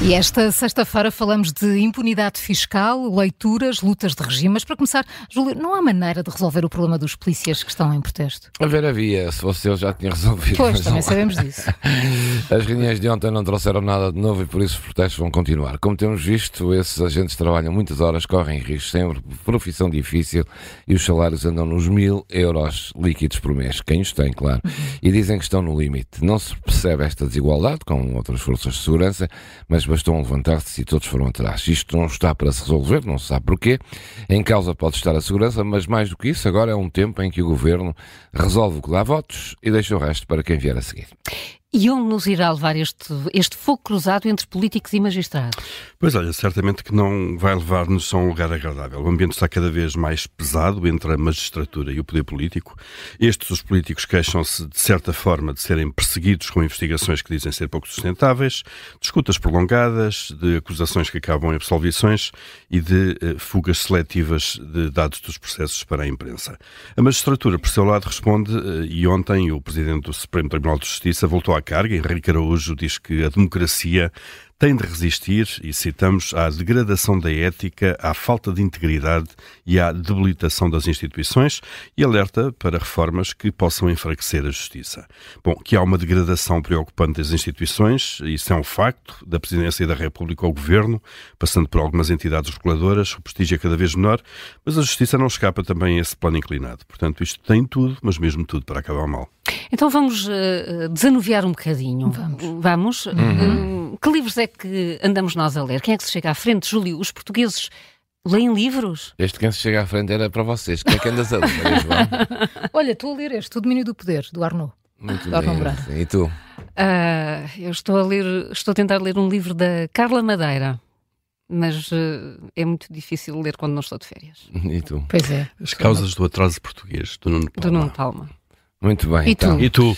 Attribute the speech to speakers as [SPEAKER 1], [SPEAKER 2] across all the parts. [SPEAKER 1] E esta sexta-feira falamos de impunidade fiscal, leituras, lutas de regimes. Para começar, Júlio, não há maneira de resolver o problema dos polícias que estão em protesto?
[SPEAKER 2] A ver, havia, se fosse eu já tinha resolvido.
[SPEAKER 1] Pois,
[SPEAKER 2] mas
[SPEAKER 1] também
[SPEAKER 2] não.
[SPEAKER 1] sabemos disso.
[SPEAKER 2] As reuniões de ontem não trouxeram nada de novo e por isso os protestos vão continuar. Como temos visto, esses agentes trabalham muitas horas, correm riscos, têm uma profissão difícil e os salários andam nos mil euros líquidos por mês. Quem os tem, claro. E dizem que estão no limite. Não se percebe esta desigualdade com outras forças de segurança, mas bastou um levantar-se e todos foram atrás. Isto não está para se resolver, não se sabe porquê. Em causa pode estar a segurança, mas mais do que isso, agora é um tempo em que o governo resolve o que dá votos e deixa o resto para quem vier a seguir.
[SPEAKER 1] E onde nos irá levar este, este fogo cruzado entre políticos e magistrados?
[SPEAKER 3] Pois olha, certamente que não vai levar-nos a um lugar agradável. O ambiente está cada vez mais pesado entre a magistratura e o poder político. Estes, os políticos, queixam-se, de certa forma, de serem perseguidos com investigações que dizem ser pouco sustentáveis, de escutas prolongadas, de acusações que acabam em absolvições e de eh, fugas seletivas de dados dos processos para a imprensa. A magistratura, por seu lado, responde, eh, e ontem o presidente do Supremo Tribunal de Justiça voltou à carga. Henrique Araújo diz que a democracia tem de resistir, e citamos, à degradação da ética, à falta de integridade e à debilitação das instituições e alerta para reformas que possam enfraquecer a justiça. Bom, que há uma degradação preocupante das instituições, isso é um facto, da Presidência da República ao Governo, passando por algumas entidades reguladoras, o prestígio é cada vez menor, mas a justiça não escapa também a esse plano inclinado. Portanto, isto tem tudo, mas mesmo tudo para acabar mal.
[SPEAKER 1] Então vamos eh, desanuviar um bocadinho. Vamos. Vamos.
[SPEAKER 2] Uhum.
[SPEAKER 1] Hum, que livros é que andamos nós a ler? Quem é que se chega à frente? Júlio, os portugueses leem livros?
[SPEAKER 2] Este quem se chega à frente era para vocês. Quem é que andas a ler, Maria João?
[SPEAKER 1] Olha, estou a ler este, O Domínio do Poder, do Arnaud.
[SPEAKER 2] Muito
[SPEAKER 1] Adoro
[SPEAKER 2] bem.
[SPEAKER 1] lembrar.
[SPEAKER 2] E tu?
[SPEAKER 1] Ah, eu estou a ler, estou a tentar ler um livro da Carla Madeira, mas eh, é muito difícil ler quando não estou de férias.
[SPEAKER 2] E tu?
[SPEAKER 1] Pois é,
[SPEAKER 3] As causas do atraso português, do Nuno
[SPEAKER 1] do Nuno Palma.
[SPEAKER 2] Muito bem,
[SPEAKER 1] E
[SPEAKER 2] então.
[SPEAKER 1] tu?
[SPEAKER 3] E tu?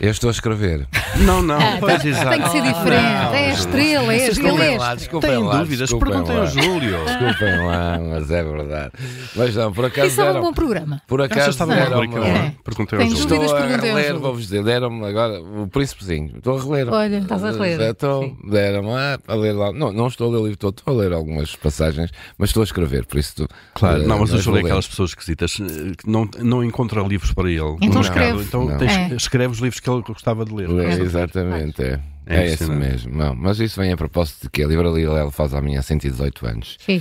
[SPEAKER 2] Eu estou a escrever.
[SPEAKER 3] Não, não, pois exato.
[SPEAKER 1] Tem que
[SPEAKER 2] Ah,
[SPEAKER 1] ser diferente, é a estrela, é a estrela. é a estrela.
[SPEAKER 2] desculpem
[SPEAKER 3] Tem
[SPEAKER 2] lá,
[SPEAKER 3] dúvidas?
[SPEAKER 2] desculpem
[SPEAKER 3] Perguntem
[SPEAKER 2] lá.
[SPEAKER 3] ao Júlio.
[SPEAKER 2] Desculpem lá, mas é verdade. Mas não, por acaso
[SPEAKER 1] Isso é um
[SPEAKER 2] deram-
[SPEAKER 1] bom programa.
[SPEAKER 2] Por
[SPEAKER 3] Essa
[SPEAKER 2] acaso
[SPEAKER 3] estava na
[SPEAKER 2] deram
[SPEAKER 3] rubrica, não é? Perguntei ao
[SPEAKER 4] Tem
[SPEAKER 3] Júlio.
[SPEAKER 4] dúvida?
[SPEAKER 2] Estou
[SPEAKER 4] Dúvidas,
[SPEAKER 2] a
[SPEAKER 4] perguntem ao
[SPEAKER 2] reler,
[SPEAKER 4] Júlio.
[SPEAKER 2] vou-vos dizer, deram-me agora o Príncipezinho. Estou a reler. Eh,
[SPEAKER 1] Olha, estás a reler,
[SPEAKER 2] Já Estou,
[SPEAKER 1] sim.
[SPEAKER 2] deram-me ah, a ler lá. Não, não estou a ler o livro todo, estou a ler algumas passagens, mas estou a escrever, por isso tu.
[SPEAKER 3] Claro,
[SPEAKER 2] eh,
[SPEAKER 3] não, mas o
[SPEAKER 2] vou
[SPEAKER 3] Júlio é
[SPEAKER 2] ler.
[SPEAKER 3] aquelas pessoas esquisitas eh, que não, não encontra livros para ele. no mercado.
[SPEAKER 1] escreve.
[SPEAKER 3] Então
[SPEAKER 2] Não.
[SPEAKER 3] tens-
[SPEAKER 1] É.
[SPEAKER 3] escreve os livros que ele gostava de ler.
[SPEAKER 2] É, exatamente, é.
[SPEAKER 3] É
[SPEAKER 2] É, isso
[SPEAKER 3] impressionante.
[SPEAKER 2] mesmo. Não, mas isso vem a propósito de que a Libra Lilel faz amanhã 118 anos.
[SPEAKER 1] Sim.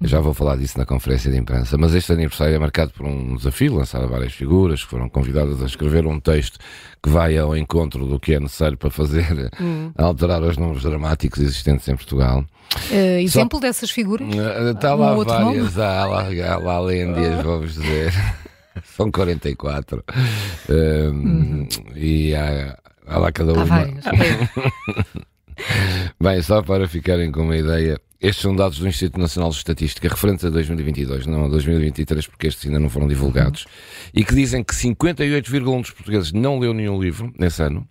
[SPEAKER 2] Eu já vou falar disso na conferência de imprensa. Mas este aniversário é marcado por um desafio lançado a várias figuras que foram convidadas a escrever um texto que vai ao encontro do que é necessário para fazer, alterar os números dramáticos existentes em Portugal.
[SPEAKER 1] Eh, exemplo dessas figuras?
[SPEAKER 2] Está
[SPEAKER 1] Um
[SPEAKER 2] lá
[SPEAKER 1] outro
[SPEAKER 2] várias, há lá, há lá lêndias, vou-vos dizer. São 44. Um, E há, há lá cada
[SPEAKER 1] Há
[SPEAKER 2] uma.
[SPEAKER 1] várias.
[SPEAKER 2] Bem, só para ficarem com uma ideia, estes são dados do Instituto Nacional de Estatística, referentes a 2022, não a 2023, porque estes ainda não foram divulgados, e que dizem que 58,1 dos portugueses não leu nenhum livro nesse ano,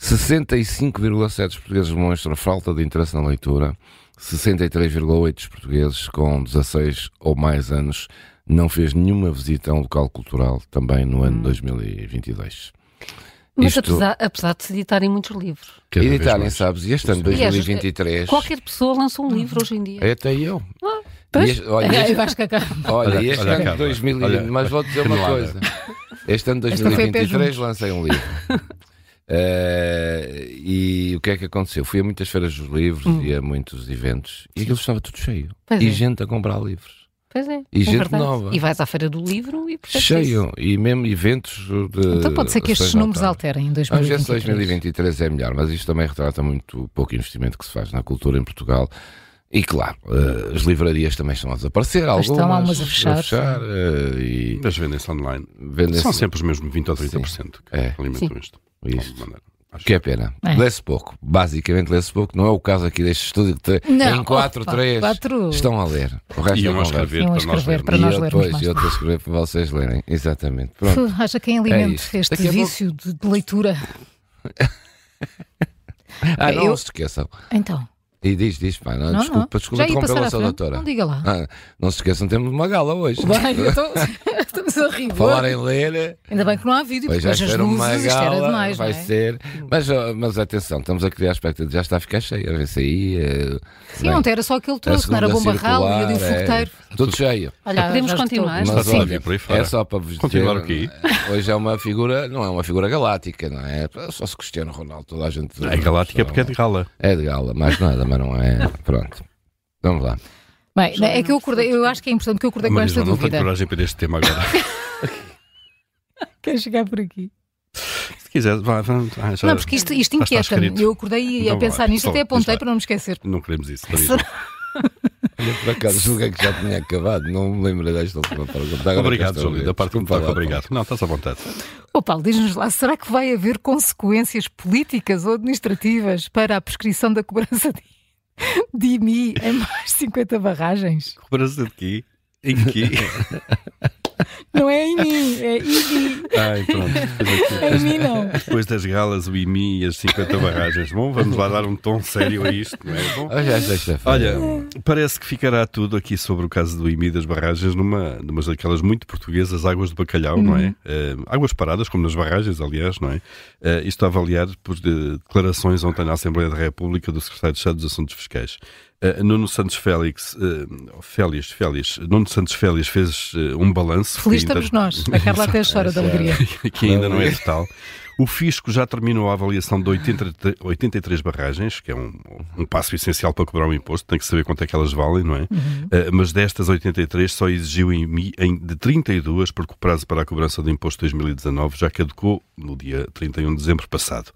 [SPEAKER 2] 65,7 dos portugueses demonstram falta de interesse na leitura, 63,8 dos portugueses com 16 ou mais anos não fez nenhuma visita a um local cultural também no ano 2022.
[SPEAKER 1] Mas
[SPEAKER 2] Isto-
[SPEAKER 1] apesar, apesar de se editarem muitos livros,
[SPEAKER 3] Cada vez
[SPEAKER 2] Editarem,
[SPEAKER 3] mais.
[SPEAKER 2] sabes, e este ano
[SPEAKER 1] Aliás,
[SPEAKER 2] 2023...
[SPEAKER 1] qualquer pessoa lança um livro hoje em dia.
[SPEAKER 2] Até eu.
[SPEAKER 1] pois.
[SPEAKER 2] É, E este- olha,
[SPEAKER 5] Ah,
[SPEAKER 2] este,
[SPEAKER 1] acho que acaba.
[SPEAKER 2] olha,
[SPEAKER 3] Olha,
[SPEAKER 2] este
[SPEAKER 3] olha a
[SPEAKER 2] ano de
[SPEAKER 3] cara,
[SPEAKER 2] 2020,
[SPEAKER 3] olha, né?
[SPEAKER 2] mas vou dizer uma
[SPEAKER 3] canelada.
[SPEAKER 2] coisa. Este ano de
[SPEAKER 1] Esta foi a pé
[SPEAKER 2] 2023
[SPEAKER 1] juntos.
[SPEAKER 2] lancei um livro. Eh, e o que é que aconteceu? Fui a muitas feiras dos livros
[SPEAKER 5] Hum.
[SPEAKER 2] e a muitos eventos e aquilo estava tudo cheio.
[SPEAKER 1] Pois
[SPEAKER 2] e
[SPEAKER 1] é.
[SPEAKER 2] gente a comprar livros.
[SPEAKER 1] Pois é.
[SPEAKER 2] E
[SPEAKER 1] é
[SPEAKER 2] gente
[SPEAKER 1] verdade.
[SPEAKER 2] nova.
[SPEAKER 1] E vais à feira do livro e percebes isso.
[SPEAKER 2] Cheio. E mesmo eventos de.
[SPEAKER 5] é
[SPEAKER 2] é
[SPEAKER 5] Então pode ser que estes
[SPEAKER 2] seja
[SPEAKER 5] números
[SPEAKER 2] tal.
[SPEAKER 5] alterem em
[SPEAKER 2] Vamos ver se
[SPEAKER 5] 2023.
[SPEAKER 2] 2023 é melhor, mas isto também retrata muito o pouco investimento que se faz na cultura em Portugal. E claro, eh, as livrarias também estão a desaparecer, algumas,
[SPEAKER 5] estão algumas a fechar,
[SPEAKER 2] eh, e
[SPEAKER 3] Mas vendem-se online.
[SPEAKER 2] vendem-se.
[SPEAKER 3] São sempre os mesmos 20 ou 30% que
[SPEAKER 2] É.
[SPEAKER 3] alimentam isto.
[SPEAKER 2] Isto.
[SPEAKER 3] De alguma maneira. Acho.
[SPEAKER 2] Que é pena.
[SPEAKER 5] É.
[SPEAKER 2] Lê-se pouco. Basicamente lê-se pouco. Não é o caso aqui deste estúdio que te-
[SPEAKER 5] Não,
[SPEAKER 2] em 4,
[SPEAKER 5] opa,
[SPEAKER 2] 3
[SPEAKER 5] quatro.
[SPEAKER 2] estão a ler. O resto
[SPEAKER 3] E
[SPEAKER 2] é
[SPEAKER 3] um a
[SPEAKER 2] conversa.
[SPEAKER 3] escrever
[SPEAKER 5] E um a
[SPEAKER 3] para nós
[SPEAKER 5] escrever
[SPEAKER 3] lermos.
[SPEAKER 5] para
[SPEAKER 2] E
[SPEAKER 5] nós
[SPEAKER 2] eu
[SPEAKER 5] lermos
[SPEAKER 2] depois,
[SPEAKER 5] mais
[SPEAKER 2] e outro a escrever para vocês lerem. Exatamente. Pronto.
[SPEAKER 5] Puh, Haja quem alimente
[SPEAKER 2] isto.
[SPEAKER 5] este
[SPEAKER 2] Daqui a pouco-
[SPEAKER 5] vício de, de leitura.
[SPEAKER 2] Ah, não
[SPEAKER 5] eu-
[SPEAKER 2] se esqueçam.
[SPEAKER 5] Então,
[SPEAKER 2] E diz, diz, pá, não,
[SPEAKER 5] Não,
[SPEAKER 2] Ah, desculpa,
[SPEAKER 5] não.
[SPEAKER 2] desculpa
[SPEAKER 5] Já ia passar
[SPEAKER 2] interrompê-la,
[SPEAKER 5] à
[SPEAKER 2] sua
[SPEAKER 5] frente.
[SPEAKER 2] doutora.
[SPEAKER 5] Não diga lá.
[SPEAKER 2] Ah, não se esqueçam, temos uma gala hoje.
[SPEAKER 5] Bem, eu estou- estamos a rigor.
[SPEAKER 2] Falar em ler,
[SPEAKER 5] Ainda bem que não há vídeo,
[SPEAKER 2] vai
[SPEAKER 5] porque
[SPEAKER 2] já
[SPEAKER 5] Tipo, hoje as
[SPEAKER 2] ser uma
[SPEAKER 5] luzes, isto era
[SPEAKER 2] gala,
[SPEAKER 5] demais,
[SPEAKER 2] vai
[SPEAKER 5] não é?
[SPEAKER 2] ser. Mas, ó, mas atenção, estamos a criar expectativas, já está a ficar cheia, a ver se aí. eh,
[SPEAKER 5] Sim,
[SPEAKER 2] bem,
[SPEAKER 5] ontem era só aquele
[SPEAKER 2] a
[SPEAKER 5] troço, não era
[SPEAKER 2] segunda
[SPEAKER 5] bomba ralo e a do
[SPEAKER 2] circular,
[SPEAKER 5] fogueteiro.
[SPEAKER 2] É, tudo cheio.
[SPEAKER 5] Olha,
[SPEAKER 1] Podemos
[SPEAKER 5] já estou-
[SPEAKER 1] continuar? Mas
[SPEAKER 2] Mas
[SPEAKER 3] sim.
[SPEAKER 2] olha,
[SPEAKER 3] Por aí fora.
[SPEAKER 2] é só para vos
[SPEAKER 3] Continuar
[SPEAKER 2] dizer,
[SPEAKER 3] aqui.
[SPEAKER 2] eh, Hoje é uma figura, não é uma figura galáctica, não é? Só se Cristiano Ronaldo, toda a gente.
[SPEAKER 3] É galáctica porque é de gala.
[SPEAKER 2] É de gala, mais nada, mas não é. Pronto. Vamos lá.
[SPEAKER 5] Bem, não, é que eu acordei, eu acho que é importante que eu acordei com
[SPEAKER 3] Maria
[SPEAKER 5] esta
[SPEAKER 3] João, não tenho
[SPEAKER 5] dúvida.
[SPEAKER 3] coragem para este tema agora.
[SPEAKER 5] Quer chegar por aqui?
[SPEAKER 3] Se quiser, vá, vá, vá, já-
[SPEAKER 5] Não, porque isto, isto
[SPEAKER 3] Já está
[SPEAKER 5] inquieta-me.
[SPEAKER 3] escrito.
[SPEAKER 5] Eu acordei
[SPEAKER 3] Então
[SPEAKER 5] a
[SPEAKER 3] vá,
[SPEAKER 5] pensar nisto,
[SPEAKER 3] só,
[SPEAKER 5] até
[SPEAKER 3] diz
[SPEAKER 5] apontei
[SPEAKER 3] lá.
[SPEAKER 5] para não me esquecer.
[SPEAKER 3] Não queremos isso. Maria João.
[SPEAKER 5] Será-
[SPEAKER 2] Eu, por acaso, julguei que já tinha acabado, não me lembro desta última pergunta. Agora
[SPEAKER 3] Obrigado,
[SPEAKER 2] cá estou a
[SPEAKER 3] João
[SPEAKER 2] ver.
[SPEAKER 3] Lida. Parte
[SPEAKER 2] Desculpa
[SPEAKER 3] contar
[SPEAKER 2] lá,
[SPEAKER 3] obrigado. Não, estás à vontade.
[SPEAKER 5] Ô Paulo, diz-nos lá, será que vai haver consequências políticas ou administrativas para a prescrição da cobrança de, de IMI em mais 50 barragens?
[SPEAKER 3] Cobrança de quê? Em que?
[SPEAKER 5] Não é IMI, é IMI.
[SPEAKER 3] Ai, pronto.
[SPEAKER 5] É IMI não.
[SPEAKER 3] Depois das galas, o IMI e as 50 barragens. Bom, vamos lá dar um tom sério a isto, não é? Bom,
[SPEAKER 2] Paulo. Hoje é sexta-feira.
[SPEAKER 3] Olha,
[SPEAKER 5] É.
[SPEAKER 3] parece que ficará tudo aqui sobre o caso do IMI das barragens numa, numa daquelas muito portuguesas, águas de bacalhau, não
[SPEAKER 5] Uhum.
[SPEAKER 3] é? Eh, águas paradas, como nas barragens, aliás, não é? Eh, isto a avaliar por eh, declarações ontem na Assembleia da República do Secretário de Estado dos Assuntos Fiscais. Eh, Nuno Santos Félix, eh, Félix, Félix, Nuno Santos Félix fez eh, um balanço. que
[SPEAKER 5] Feliz
[SPEAKER 3] ainda-
[SPEAKER 5] estamos nós. A Carla até chora de alegria.
[SPEAKER 3] que ainda não é total. O fisco já terminou a avaliação de 83, 83 barragens, que é um, um passo essencial para cobrar um imposto, tem que saber quanto é que elas valem, não é? Eh, mas destas 83 só exigiu em, mi- em- de 32, porque o prazo para a cobrança do imposto de 2019 já caducou no dia 31 de dezembro passado.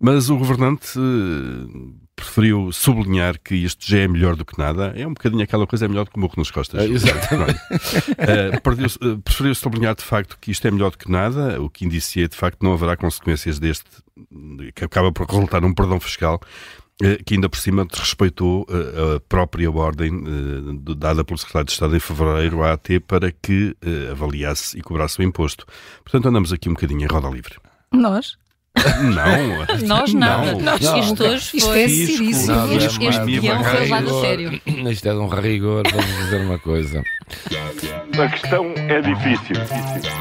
[SPEAKER 3] Mas o governante eh, preferiu sublinhar que isto já é melhor do que nada. É um bocadinho aquela coisa, é melhor do que o morro nas costas.
[SPEAKER 2] É, exatamente.
[SPEAKER 3] Eh, perdeu- eh, preferiu sublinhar de facto que isto é melhor do que nada, o que indicia de facto não haverá consequências deste, eh, que acaba por resultar num perdão fiscal eh, que ainda por cima desrespeitou eh, a própria ordem eh, do- dada pelo Secretário de Estado em fevereiro à AT para que eh, avaliasse e cobrasse o imposto. Portanto, andamos aqui um bocadinho em roda livre.
[SPEAKER 5] Nós?
[SPEAKER 3] Não,
[SPEAKER 1] Nós nada. Nós,
[SPEAKER 2] Não.
[SPEAKER 1] isto hoje
[SPEAKER 5] Isto
[SPEAKER 1] foi.
[SPEAKER 5] é seríssimo.
[SPEAKER 2] Nada,
[SPEAKER 1] este
[SPEAKER 2] mas
[SPEAKER 1] este
[SPEAKER 2] minha
[SPEAKER 1] guião foi levado a
[SPEAKER 2] barriga.
[SPEAKER 1] sério.
[SPEAKER 2] Isto é de um rigor, vamos dizer uma coisa.
[SPEAKER 6] A questão é difícil.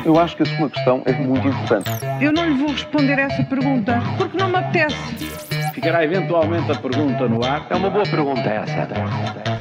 [SPEAKER 7] Eu acho que a sua questão é muito importante.
[SPEAKER 4] Eu não lhe vou responder essa pergunta porque não me apetece.
[SPEAKER 8] Ficará eventualmente a pergunta no ar.
[SPEAKER 7] É uma boa pergunta essa.